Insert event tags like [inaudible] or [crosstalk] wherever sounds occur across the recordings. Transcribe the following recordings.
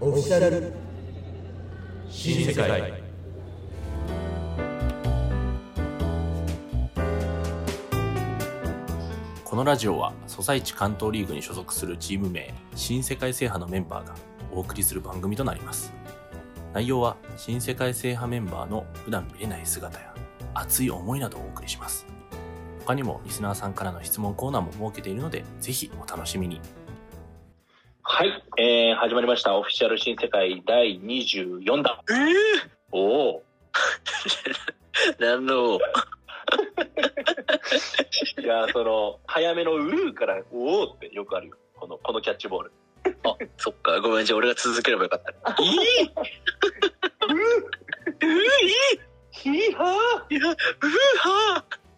オフィシャル新世界このラジオはソサイチ関東リーグに所属するチーム名新世界制覇のメンバーがお送りする番組となります内容は新世界制覇メンバーの普段見れない姿や熱い思いなどをお送りします他にもリスナーさんからの質問コーナーも設けているのでぜひお楽しみにはい、えー、始まりました。オフィシャル新世界第24弾。えおお、ー、なんのいやー、その、早めのウルーから、おおってよくあるよ。この、このキャッチボール。そっかごめんじゃあ俺が続ければよかったいいうういヒーハいやうーは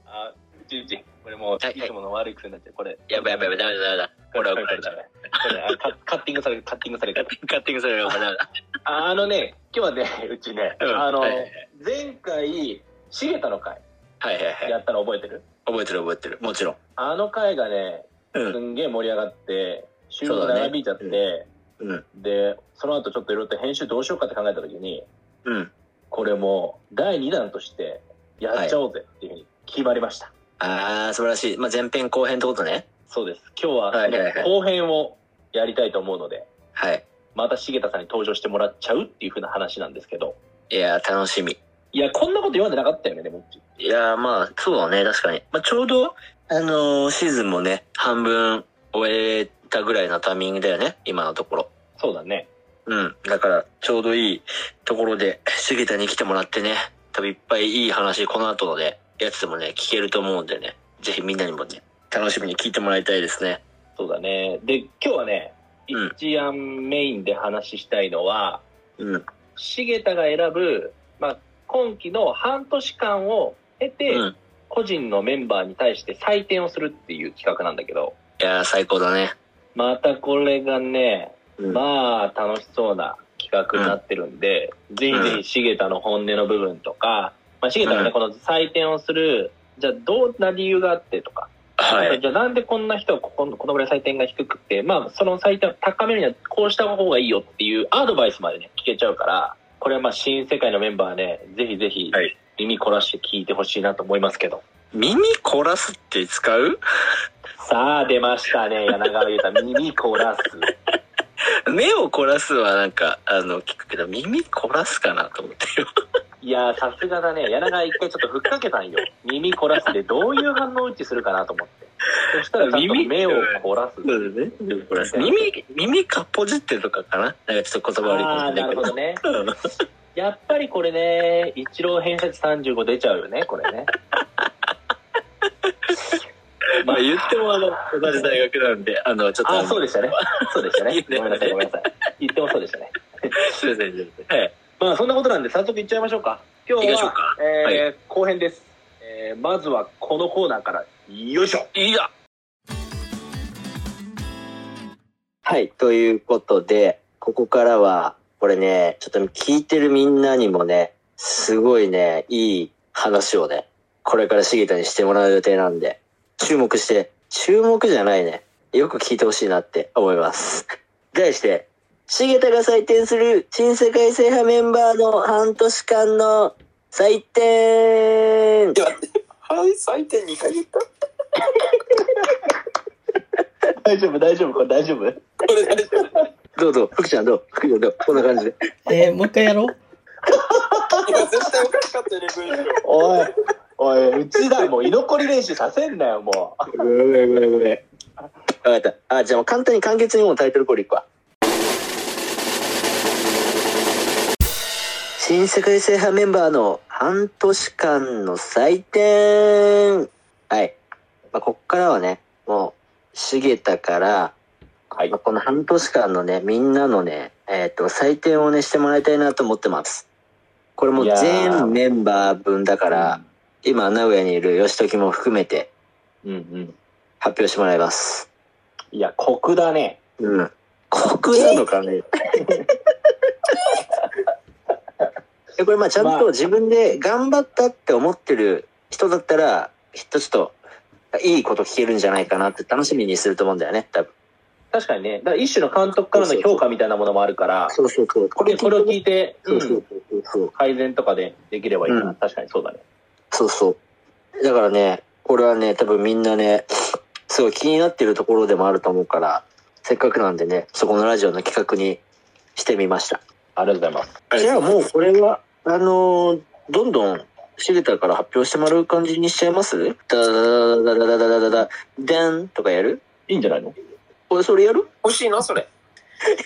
あ、うちうち。これもう、はいいつもの悪い癖になっちゃう。これ。やばいやばいやばいダメだダメだここれ、これはれ、こ怒られ、れちゃうこれあカカッティングされる、カッティングされるから。カッティングされるからダメだああのね、今日はね、 [laughs] うちね、うんあの、はいはいはい前回、重田の回はいはいはやいったの覚えてる覚えてる覚えてるもちろんあの回がね、うすんんげえ盛り上がって、収そ録うだね長引いちゃって、うんで、その後ちょっといろいろと編集どうしようかって考えた時に、うんこれも第2弾としてやっちゃおうぜっていうふうに決まりました、ああ素晴らしい、まあ、前編後編ってことねそうです今日ははいはいはいその後編をやりたいと思うのではいまた重田さんに登場してもらっちゃうっていうふうな話なんですけどいやー楽しみいやこんなこと言わんでなかったよねでもっちいやーまあそうだね確かに、まあ、ちょうどあのーシーズンもね半分終えたぐらいのタイミングだよね今のところそうだねうん。だから、ちょうどいいところで、杉田に来てもらってね、多分いっぱいいい話、この後のね、やつでもね、聞けると思うんでね、ぜひみんなにもね、楽しみに聞いてもらいたいですね。そうだねで今日はねうん一案メインで話したいのは、うん。重田が選ぶ、まあ、今期の半年間を経て、うん。個人のメンバーに対して採点をするっていう企画なんだけどいやー、最高だね。またこれがねうん。まあ楽しそうな企画になってるんで、ぜひぜひ茂田の本音の部分とか、まあ、茂田がね、うんこの採点をするじゃあどんな理由があってとか、はい。じゃあなんでこんな人はここのこのぐらい採点が低くて、まあ、その採点を高めるにはこうした方がいいよっていうアドバイスまでね聞けちゃうからこれはまあ新世界のメンバーはねぜひぜひはい耳凝らして聞いてほしいなと思いますけど。耳凝らすって使う [laughs] さあ出ましたね柳川優太耳凝らす目を凝らすはなんか、あの、聞くけど、耳凝らすかなと思ってよ。いやー、さすがだね。柳川一回ちょっとふっかけたんよ。耳凝らすでどういう反応を打ちするかなと思って。そしたらちゃんと耳目を凝らす。うだね。耳凝らす。耳、耳かっぽじってとかかななんかちょっと言葉悪いかもしああー、れなないるけほどね。やっぱりこれね、一郎偏差値35出ちゃうよね、これね。 [laughs] [laughs] まあ言ってもあの、同じ大学なんで、あの、ちょっとあの。あ、そうでしたね。そうでしたね。ごめんなさい、ごめんなさい。言ってもそうでしたね。すいませんすいませんはい。まあそんなことなんで早速いっちゃいましょうか。今日行きましょうはか、えー後編です、えーまずはこのコーナーから、よいしょいやはい、ということで、ここからは、これね、ちょっと聞いてるみんなにもね、すごいね、いい話をね、これから茂田にしてもらう予定なんで、注目して、注目じゃないね、よく聞いてほしいなって思います。題して、茂田が採点する新世界制覇メンバーの半年間の採点はい、採点2回言った大丈夫、大丈夫、これ大丈夫どうぞ、福ちゃんどう福ちゃんどうこんな感じで。えー、もう一回やろうおい、おい、うちだ、もう居残り練習させんなよ、もう。ごめんごめんごめん。わかった。あ、じゃあもう簡単に簡潔にもうタイトルコールいくわ。新世界制覇メンバーの半年間の祭典はい。まあ、こっからはね、もう、茂田から、はいまあ、この半年間のね、みんなのね、えっ、と、採点をね、してもらいたいなと思ってます。これもういやー全メンバー分だから、今、名古屋にいる吉時も含めてうんうん。発表してもらいます。いや、酷だね。うん。酷なのかね。 [laughs] えこれまあちゃんと自分で頑張ったって思ってる人だったらきっとちょっといいこと聞けるんじゃないかなって楽しみにすると思うんだよね多分確かにね。だから一種の監督からの評価みたいなものもあるから、そうそうそう。これ、これを聞いて、そううそんう、そうそう。改善とかでできればいいな。うん確かにそうだね。そうそう。だからね、これはね、多分みんなね、すごい気になってるところでもあると思うから、せっかくなんでね、そこのラジオの企画にしてみました。ありがとうございます。じゃあもうこれは、あのーどんどん、シルターから発表してもらう感じにしちゃいますダダダダダダダダダダダンとかやるいいんじゃないの俺それやる欲しいな、それ。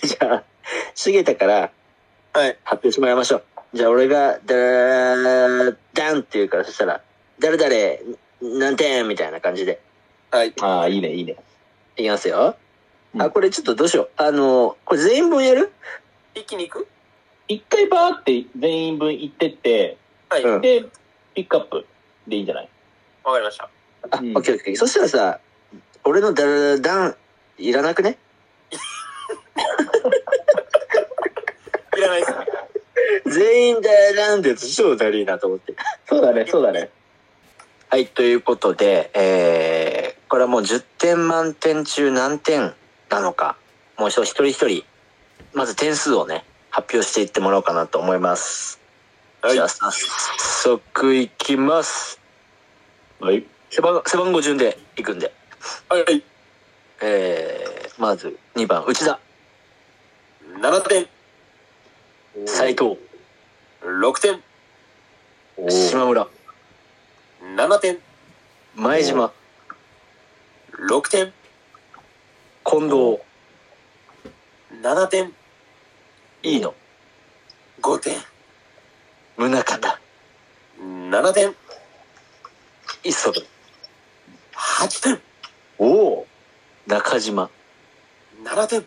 じゃあ、シゲタからはい。発表してもらいましょう。じゃあ俺が、ダラララダンって言うから、そしたら、誰々、何点みたいな感じで。はい。ああ、いいね、いいね。いきますよ。うんあ、これちょっとどうしよう。あの、これ全員分やる一気に行く一回バーって全員分行ってって、はい。うわんかで、ピックアップでいいんじゃないりました。あ、うんオッケーオッケー。そしたらさ、俺のダラダラダン、いらなくねいらないですね。全員ダラダランってやつ超だりーなと思って。そうだね、そうだね。はい、ということで、えー、これはもう10点満点中何点なのか、もう一人一人、まず点数をね、発表していってもらおうかなと思います。はいじゃあ、早速いきます。はい。背番背番号順でいくんで。はい。えー、まず2番、内田、 7点、斉藤、 6点、おー島村、 7点、前島、 6点、近藤、 7点、飯野、 5点、宗方、 7点、磯部、 8点、おー中島、 7点、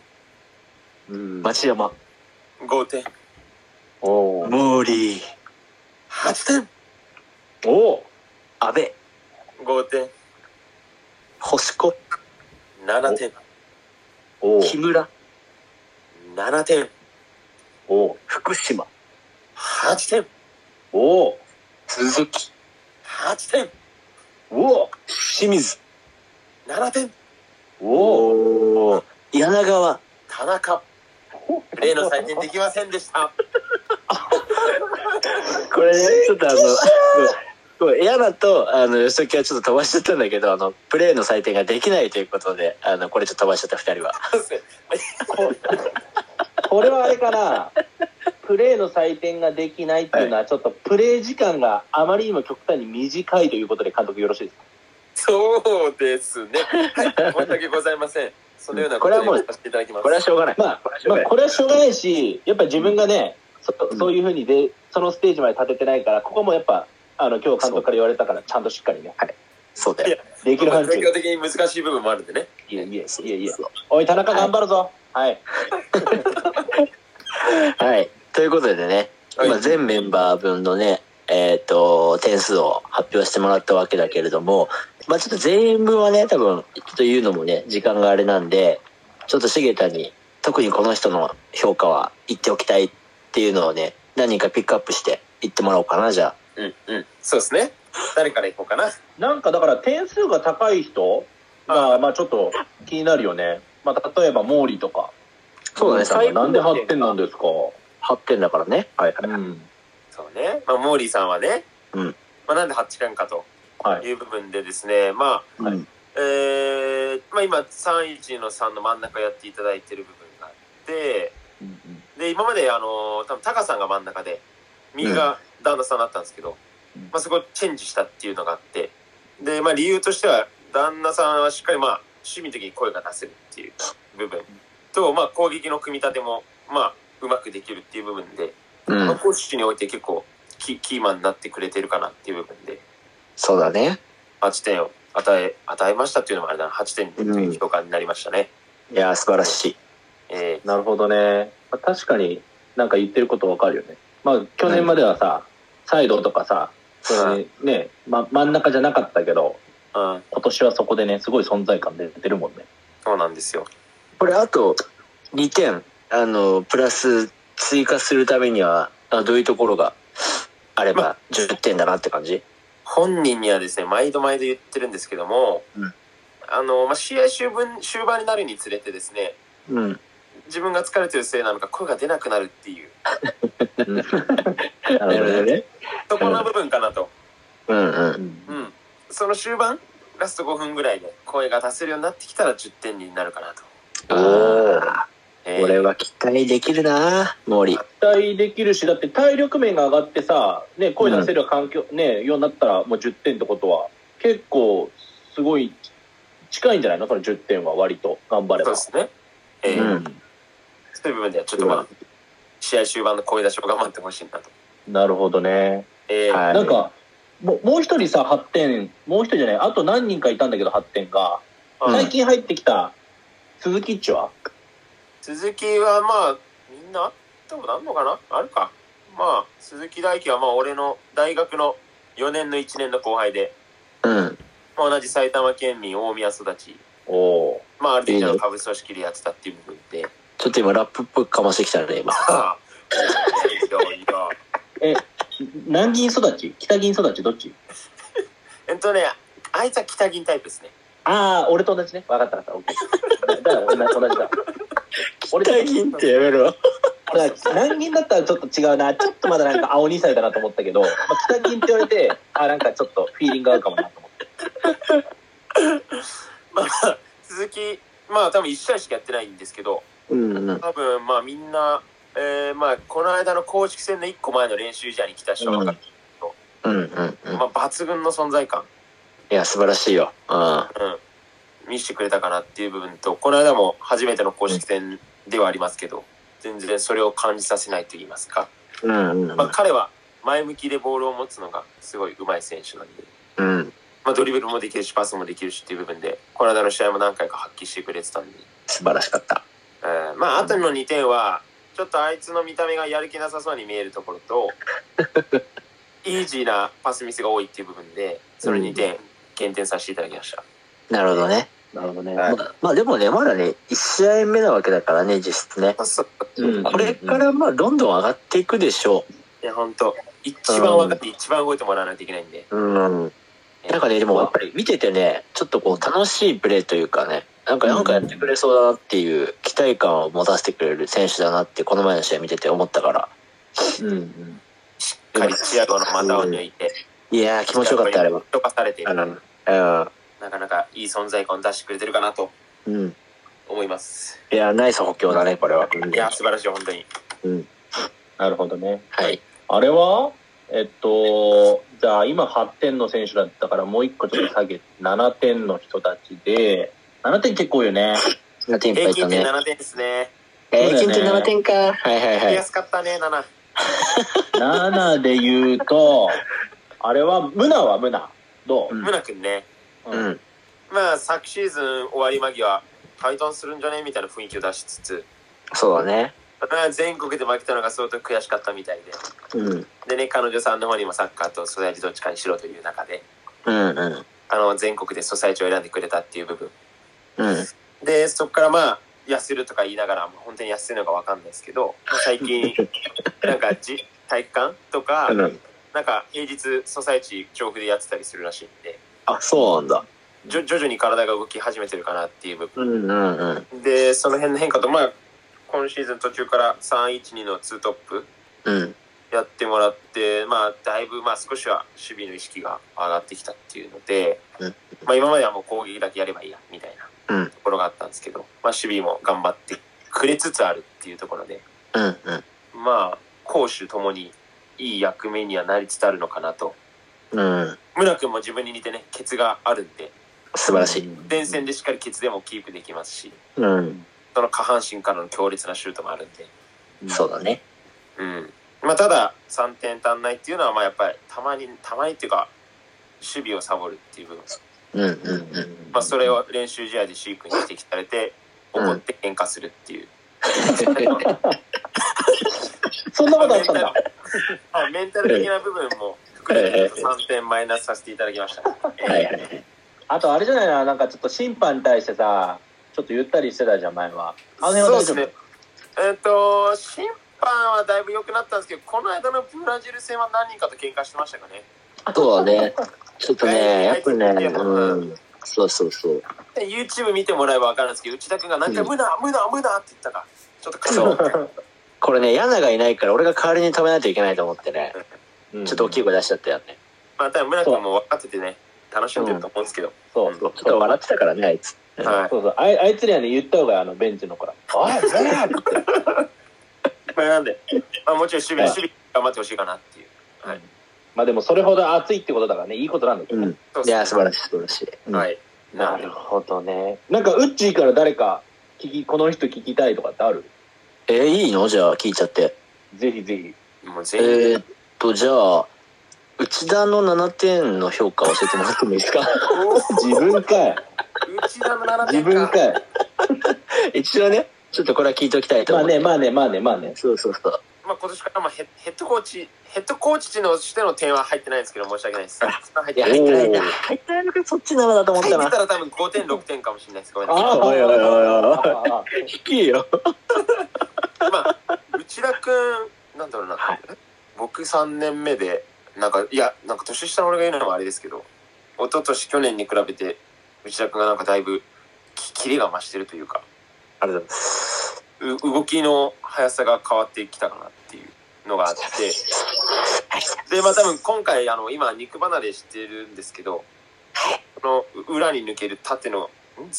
うん町山、 5点、おー毛利、 8点、お安倍、 5点、星子、 7点、お木村、 7点、お福島、 8点、おー鈴木、 8点、おー清水、 7点、おーお柳川、田中、例の採点できませんでした。これね、ちょっとあの、 [laughs] これエアナと、あの、吉時はちょっと飛ばしちゃったんだけど、あの、プレーの採点ができないということで、あの、これちょっと飛ばしちゃった二人は。これはあれかなプレーの採点ができないっていうのはちょっとプレー時間があまりにも極端に短いということで監督よろしいですかそうですね。はい、申し訳ございません。そのようなここれはともうをさせていただきます。これはしょうがない。まあこれはしょまあうがない。これはしょうがないしやっぱ自分がねそそういうふうにでそのステージまで立ててないからここもやっぱあの今日監督から言われたからちゃんとしっかりねそうだよ。できる範勉強疇的に難しい部分もあるんでね。いやいやそういやいやそうおい田中頑張るぞはいはい。ということでね、はい今全メンバー分のね、えっ、と、点数を発表してもらったわけだけれども、まあちょっと全員分はね、多分、ちょっと言うのもね、時間があれなんで、ちょっと茂田に、特にこの人の評価は言っておきたいっていうのをね、何人かピックアップして言ってもらおうかな、じゃあ。うんうん。そうですね。誰から行こうかな。なんかだから点数が高い人がまあちょっと気になるよねまあ例えば毛利とかそうだね、最な高んで8点なんですか8点だからね。はい。うんそうね。まあ、モーリーさんはね、うんまあ、なんで8巻かとはいいう部分でですね、まあ、はいえーまあ、今、311の3の真ん中やっていただいてる部分があって、で、今まで、あのー、多分タカさんが真ん中で、右が旦那さんだったんですけど、うんまあ、そこをチェンジしたっていうのがあって、で、まあ、理由としては、旦那さんはしっかり、まあ、趣味の時に声が出せるっていう部分と、まあ、攻撃の組み立ても、まあ、うまくできるっていう部分で、うまあ、ん、コーチにおいて結構キキーマンになってくれてるかなっていう部分でそうだね。 8点を与え与えましたっていうのもあれだな8点という評価になりましたね。いやー、素晴らしい。えなるほどね。まあ確かになんか言ってることわかるよね。まあ去年まではさ、サイドとかさ、そういうね、ま、真ん中じゃなかったけど、ーうん、今年はそこでね、すごい存在感出てるもんね。そうなんですよ。これあと2点あのプラス追加するためにはあどういうところがあれば10点だなって感じ本人にはですね毎度毎度言ってるんですけども、うんあの、まあ、試合終盤、終盤になるにつれてですね、うん。自分が疲れてるせいなのか声が出なくなるっていう、なるほどね。そこの部分かなと。うんうん。うん。その終盤、ラスト5分ぐらいで声が出せるようになってきたら10点になるかなと。おあーえーこれは期待できるな森。期待できるしだって体力面が上がってさ、ね、声出せる環境、ね、ようになったらもう10点ってことは結構すごい近いんじゃないのその10点は割と頑張れそうばですね。えうーん。そういう部分ではちょっとまあ、試合終盤の声出しを頑張ってほしいなと。なるほどねえーはいなんかももう一人さ8点もう一人じゃないあと何人かいたんだけど8点がうん最近入ってきた鈴木っちは鈴木はまあみんなあったことあんのかなあるかまあ鈴木大輝はまあ俺の大学の4年の1年の後輩で、うん。まあ、同じ埼玉県民大宮育ちおおまあある程度の下部組織でやってたっていう部分で [laughs] ちょっと今ラップっぽくかましてきたね、今。ああいいよいいよ南銀育ち北銀育ちどっちえっとねあいつは北銀タイプですねああ俺と同じね分かった分かった OK だから同じ同じだ俺北銀ってやめろ。だから南銀だったらちょっと違うなちょっとまだなんか青2歳だなと思ったけど、まあ、北銀って言われてあなんかちょっとフィーリング合うかもなと思ってまあ鈴木まあ多分1試合しかやってないんですけどうんうん。多分まあみんな、えーまあこの間の公式戦の1個前の練習試合に来た人が、うんうんうんうん。まあ抜群の存在感いや、素晴らしいよ。うん。うん、見せてくれたかなっていう部分とこの間も初めての公式戦ではありますけど全然それを感じさせないと言いますか、うんうんまあ、彼は前向きでボールを持つのがすごい上手い選手なので、うん。まあ、ドリブルもできるしパスもできるしっていう部分でこの間の試合も何回か発揮してくれてたんで、素晴らしかった。えーまああとの2点はちょっとあいつの見た目がやる気なさそうに見えるところとイージーなパスミスが多いっていう部分でその2点減点させていただきました。なるほどね。なるほどね、はいままあでもね、まだね、1試合目なわけだからね、実質ね。うんこれからまあどんどん上がっていくでしょいや、本当一番分かって、一番動いてもらわないといけないんで。う。うん。なんかね、でもやっぱり見ててね、ちょっとこう楽しいプレーというかね、なんかなんかやってくれそうだなっていう期待感を持たせてくれる選手だなって、この前の試合見てて思ったから。うんうんしっかりチアゴの股を抜いて、いやー、気持ちよかった、あれは。とかされて、あなの、かなかいい存在感を出してくれてるかなとうん。うん。思います。いやー、ナイス補強だね、これは。いや、素晴らしい、本当に。うん。なるほどねはい。あれはえっとじゃあ今8点の選手だったからもう一個ちょっと下げ7点の人たちで7点結構多いよね7点いっぱい平いた均点ね。 7点ですね。平均点7点か。はいはいはい。安かったね、7。 7で言うとあれはムナはムナどうん村君ね、う、うん。まあ、昨シーズン終わり間際、解散するんじゃねみたいな雰囲気を出しつつ、そうだね。まあ全国で負けたのが相当悔しかったみたいで。うん。でね、彼女さんの方にもサッカーとソダイジどっちかにしろという中で、うんうん。あの、全国でソサイチを選んでくれたっていう部分。うん。でそこからまあ痩せるとか言いながら、まあ、本当に痩せるのかわかんないですけどまあ [laughs] 最近なんかじ体育館とかうん。なんか平日ソサイチ調布でやってたりするらしいんであ、そうなんだ。じょ徐々に体が動き始めてるかなっていう部うんうんうん。分でその辺の変化とまあ今シーズン途中から312のツートップうん。やってもらってまあだいぶまあ少しは守備の意識が上がってきたっていうのでうん、まあ、今まではもう攻撃だけやればいいやみたいうんなところがあったんですけど、まあ、守備も頑張ってくれつつあるっていうところで。うんうん。まあ、攻守ともにいい役目にはなりつつあるのかなと。うん。村君も自分に似てね、ケツがあるんで、素晴らしい。前線でしっかりケツでもキープできますし、うん。その下半身からの強烈なシュートもあるんで。そうだね。うん。まあ、ただ、3点足んないっていうのは、まあ、やっぱり、たまに、たまにっていうか、守備をサボるっていう部分。うんうんうん。まあ、それを練習試合で飼育に指摘されて、怒って喧嘩するっていう。そんなことあったんだまあ、メンタル的 [laughs] な部分も含めて、3点マイナスさせていただきました。はいはいはい。あとあれじゃないな、なんかちょっと審判に対してさ、ちょっとゆったりしてたじゃん、前は。あの辺は大丈そう夫ですね。えっ、と、審判はだいぶ良くなったんですけど、この間のブラジル戦は何人かと喧嘩してましたかね。そうだね。ちょっとね、やっぱりね、うん。そうそうそう。で YouTube 見てもらえば分かるんですけど内田君が何回「無駄無駄無駄」って言ったからちょっと感動これね、ヤナがいないから俺が代わりに止めないといけないと思ってね、うんちょっと大きい声出しちゃったよね。まあ多分村君も分かっててね楽しんでると思うんですけど、そうちょっと笑ってたからね、あいつ。はいそうそうあいあいつにはね言った方がいいあのベンチの子ら「おい何や!」ってまあ、なんで、まあ、もちろん守は備い守備頑張ってほしいかなっていうはい [laughs] まあでもそれほど熱いってことだからねいいことなんだけど、うん。そういや、素晴ららしい、素晴らしい。うんはいななんでるほどねなんかウッチーから誰か聞きこの人聞きたいとかってあるえーいいのじゃあ聞いちゃって。ぜひぜひもうえ全員、ーっと、じゃあ、内田の7点の評価教えてもらってもいいですか自分かい内田の7自点分かい一応ね、ちょっとこれは聞いておきたいとまあ思って。ねまあねまあねまあねそうそうそう。まあ、今年からまあヘッヘッドコーチヘッドコーチのしての点は入ってないんですけど申し訳ないです入っいてや、ない入入っっててないな。入ってないのか、そっちなのだと思ったたな。ら多分5点6点かもしれないですごめんなさいあーおいおいおいおいあー低いよ。まあ、内田君なんだろうな、僕3年目でなんかいやなんか年下の俺が言うのもあれですけど一昨年去年に比べて内田君がなんかだいぶきキレが増してるというかありがとうございます。う動きの速さが変わってきたかなっていうのがあってでまあ多分今回あの今肉離れしてるんですけどこの裏に抜ける縦のん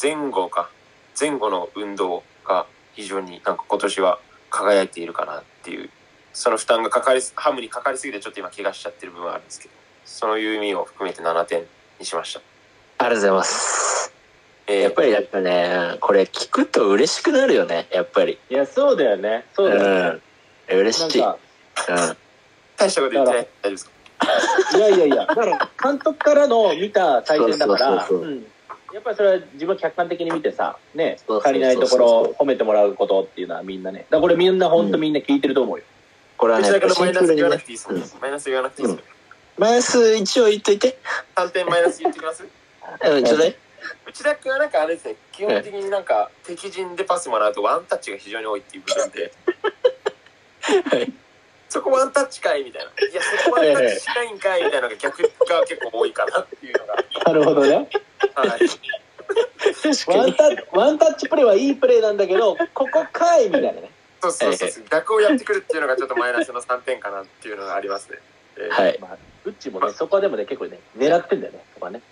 前後か前後の運動が非常になんか今年は輝いているかなっていうその負担がかかりすハムにかかりすぎてちょっと今怪我しちゃってる部分はあるんですけどそういう意味を含めて7点にしました。ありがとうございます。えーやっぱりなんかね、これ聞くと嬉しくなるよね、やっぱり。いやそうだよねそううだよね、ん。嬉なんしい。うんか。大したこと言ってない大丈夫ですかいやいやいやだから監督からの見た対戦だからそうそうそうそうんやっぱりそれは自分は客観的に見てさねそうそうそうそう足りないところを褒めてもらうことっていうのはみんなねだからこれみんな本当みんな聞いてると思うよ、これはね、内田君のマイナス言わなくねていいですもんマイナス言わなくていいですもんマイナス一応言っといて。 3点マイナス言ってきますうん、ちょうだい。内田君はなんかあれですね基本的になんか敵陣でパスもらうとワンタッチが非常に多いっていう部分で、はいそこワンタッチかいみたいないやそこワンタッチしないんかいみたいなのが逆が結構多いかなっていうのが、なるほどねはい、確かワンに。タッチワンタッチプレーはいいプレーなんだけどここかいみたいなねそうそうそうそう逆をやってくるっていうのがちょっとマイナスの3点かなっていうのがありますね、えーはい。まあうっちもねそこはでもね結構ね狙ってんだよねそこはね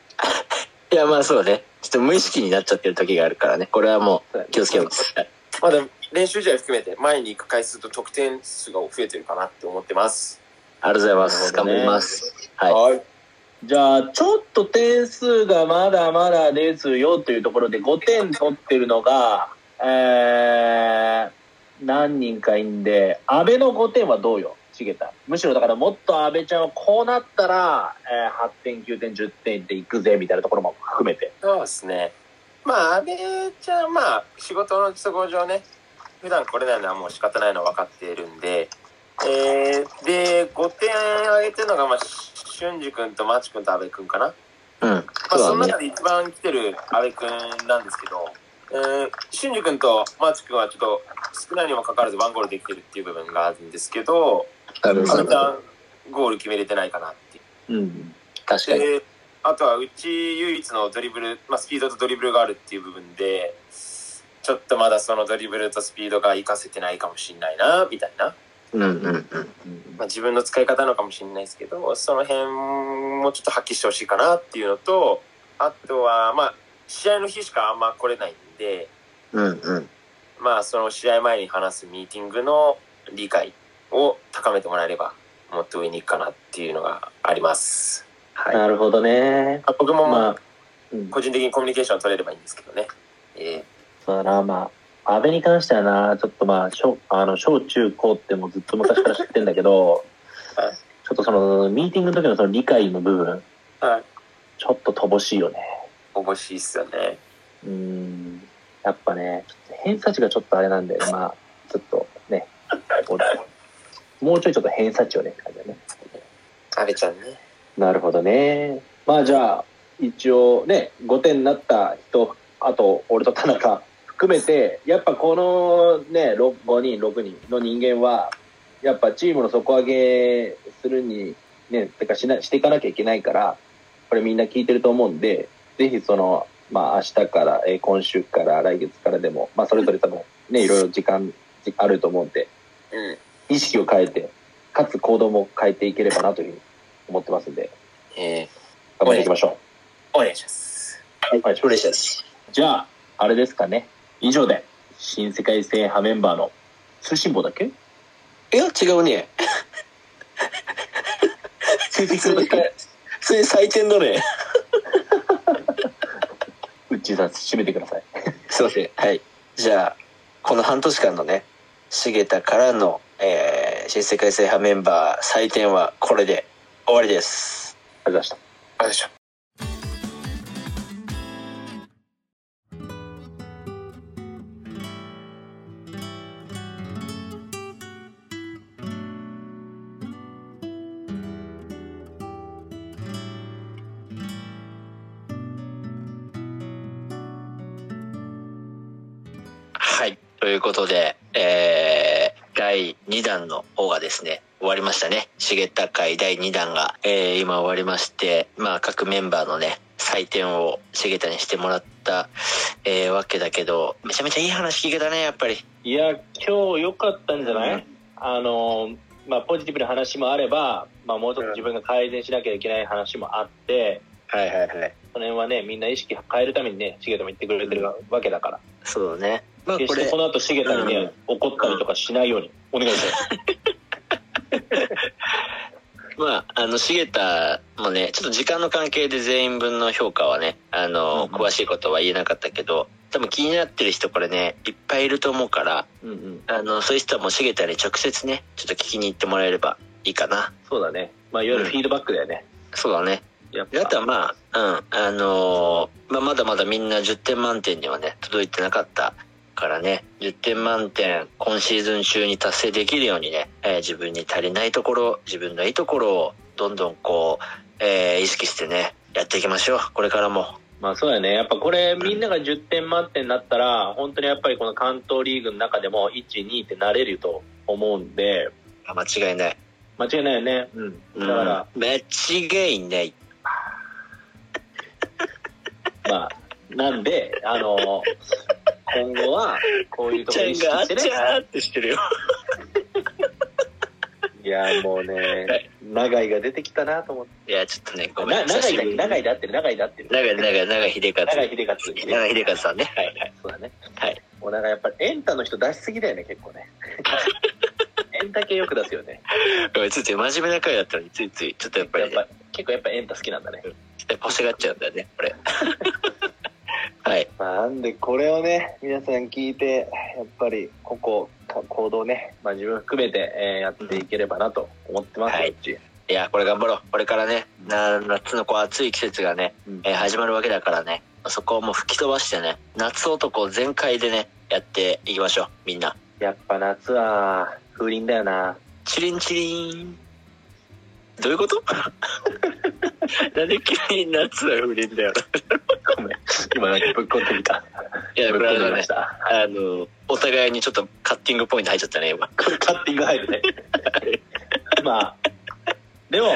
いや、まあそうね。ちょっと無意識になっちゃってる時があるからね。これはもそうだねう気をつけます。はいまあでも練習試合含めて前に行く回数と得点数が増えてるかなって思ってますありがとうございます。なる頑ほど張ねります。はい。はいじゃあちょっと点数がまだまだですよというところで5点取ってるのがえー、何人かいんで安倍の5点はどうよ重田むしろだからもっと安倍ちゃんはこうなったら、えー8点9点10点でいくぜみたいなところも含めてそうですね。まあ、安倍ちゃん、まあ、仕事の都合上ね、普段来れないのはもう仕方ないのは分かっているんで、えー、で、5点挙げてるのが、まあ、俊二君と町君と安倍君かな。うん。まあ、そそうのだね中。で一番来てる阿部君なんですけど、えー、俊二君と松君はちょっと少ないにもかかわらずワンゴールできてるっていう部分があるんですけど、ありがとうござ簡いま単ゴール決めれてないかなっていう。すうん。確かに。で、あとはうち唯一のドリブル、まあ、スピードとドリブルがあるっていう部分で、ちょっとまだそのドリブルとスピードが活かせてないかもしれないな、みたいな。うんうんうん。まあ、自分の使い方なのかもしれないですけど、その辺もちょっと発揮してほしいかなっていうのと、あとは、まあ、試合の日しかあんま来れないんで、うんうん。まあ、その試合前に話すミーティングの理解を高めてもらえれば、もっと上に行くかなっていうのがあります。はい。なるほどねあ僕もまあまあ、うん、個人的にコミュニケーション取れればいいんですけどね。えそうだなまあ安倍に関してはなちょっとまあ小あの小中高ってもうずっと昔から知ってんだけどはいちょっとそのミーティングの時のその理解の部分えはい。ちょっと乏しいよね面白いっすよね。うんやっぱねちょっと偏差値がちょっとあれなんでまあちょっと [laughs] ね俺もうちょいちょっと偏差値をねって感じだねあれちゃんね。なるほどねまあじゃあ一応ね5点になった人あと俺と田中含めてやっぱこのねろ5人6人の人間はやっぱチームの底上げするにねてかしなしていかなきゃいけないからこれみんな聞いてると思うんでぜひその、まあ、明日から、えー今週から、来月からでも、まあ、それぞれ多分、ね、いろいろ時間じあると思うんで、うん。意識を変えて、かつ行動も変えていければなというふうに思ってますんで、えー、頑張っていきましょお願いします。う。はい、嬉しいです。じゃあ、あれですかね。以上で、新世界制覇メンバーの通信簿だっけいや、違う [laughs] ね。通普通に、普通に採点だね。うっちーさん、締めてください。すいません。はい。じゃあ、この半年間のね、茂田からの、えー新世界制覇メンバー採点はこれで終わりです。ありがとうございました。よいしょ。はい。ということで、えー第2弾の方がですね、終わりましたね。茂田会第2弾が、えー今終わりまして、まあ、各メンバーのね、採点を茂田にしてもらった、えーわけだけど、めちゃめちゃいい話聞けたね、やっぱり。いや、今日良かったんじゃない、あの、まあ、ポジティブな話もあれば、まあ、もうちょっと自分が改善しなきゃいけない話もあって、はいはいはい。その辺はね、みんな意識変えるためにね、しげたも言ってくれてるわけだから、そうね。まあ、決こしてれそ、の後しげたにね、怒ったりとかしないように、お願いします。まあ、あの、茂田もね、ちょっと時間の関係で全員分の評価はね、あの、うんうん詳しいことは言えなかったけど、多分気になってる人これね、いっぱいいると思うから、うんうん。あの、そういう人はもう茂田に直接ね、ちょっと聞きに行ってもらえればいいかな。そうだね。まあ、いわゆるフィードバックだよね。そうだね。やっであとぱはまあ、うん、あのーまあ、まだまだみんな10点満点にはね、届いてなかったからね、10点満点、今シーズン中に達成できるようにね、えー自分に足りないところ、自分のいいところを、どんどんこう、えー意識してね、やっていきましょう、これからも。まあそうだね。やっぱこれみんなが10点満点になったら、本当にやっぱりこの関東リーグの中でも1、2ってなれると思うんで、あ間違いない。間違いないよね。うん。だから、うん、間違いない。まあ、なんで、あの、今後は、こういうとこちろゃにん意があ識っしてちね。ゃーってして [laughs] るよ。いや、もうね、長井が出てきたなと思って。いや、ちょっとね、ごめなん長井だ、長井だだ。ってる、長井だってる。長い、長い、長い、秀勝。長井秀勝。長井秀勝さんね。はいはい。そうだね。はい。もうなんかやっぱりエンタの人出しすぎだよね、結構 [laughs] ね。エンタ系よく出すよね。ごめんついつい真面目な回だったのについついちょっとやっぱやっりねぱ結構やっぱエンタ好きなんだね。ちょっと欲しがっちゃうんだよねこれ [laughs] はいまあなんでこれをね皆さん聞いてやっぱりここか行動ね、まあ、自分含めて、えーやっていければなと思ってます、はいこっちいやこれ頑張ろうこれからねな夏のこう暑い季節がね、うんえー始まるわけだからねそこをもう吹き飛ばしてね夏男全開でねやっていきましょうみんなやっぱ夏は風鈴だよなチリンチリーンどういうこと [laughs] なんで急に夏は不倫だよ今なんかぶっこんでみたいや [laughs] こぶっこれあんれでだみまねした [laughs] あのお互いにちょっとカッティングポイント入っちゃったね今カッティング入るね [laughs] まあでも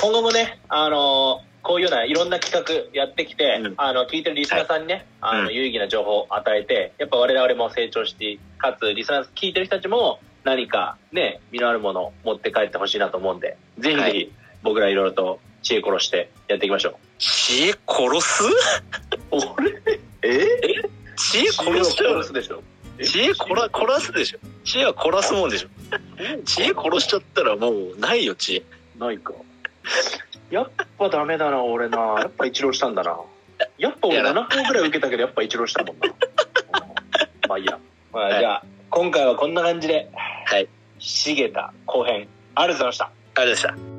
今後もねあのーこういうようないろんな企画やってきて、うんあの聞いてるリスナーさんにね、いあのうん有意義な情報を与えてやっぱ我々も成長してかつリスナー聞いてる人たちも何かね身のあるものを持って帰ってほしいなと思うんでぜひぜはひ僕らいろいろと知恵殺してやっていきましょ血殺すう、え血知恵を殺しちゃう殺すでしょ知恵こら凝らすでしょ知恵は凝らすもんでしょ知恵殺しちゃったらもうないよ知恵ないかやっぱダメだな俺なやっぱ一浪したんだなやっぱ俺いや7校ぐらい受けたけどやっぱ一浪した [laughs] もんなうんまあいいや、まあ、いじゃあ今回はこんな感じではい茂田後編ありがとうございましたあれでした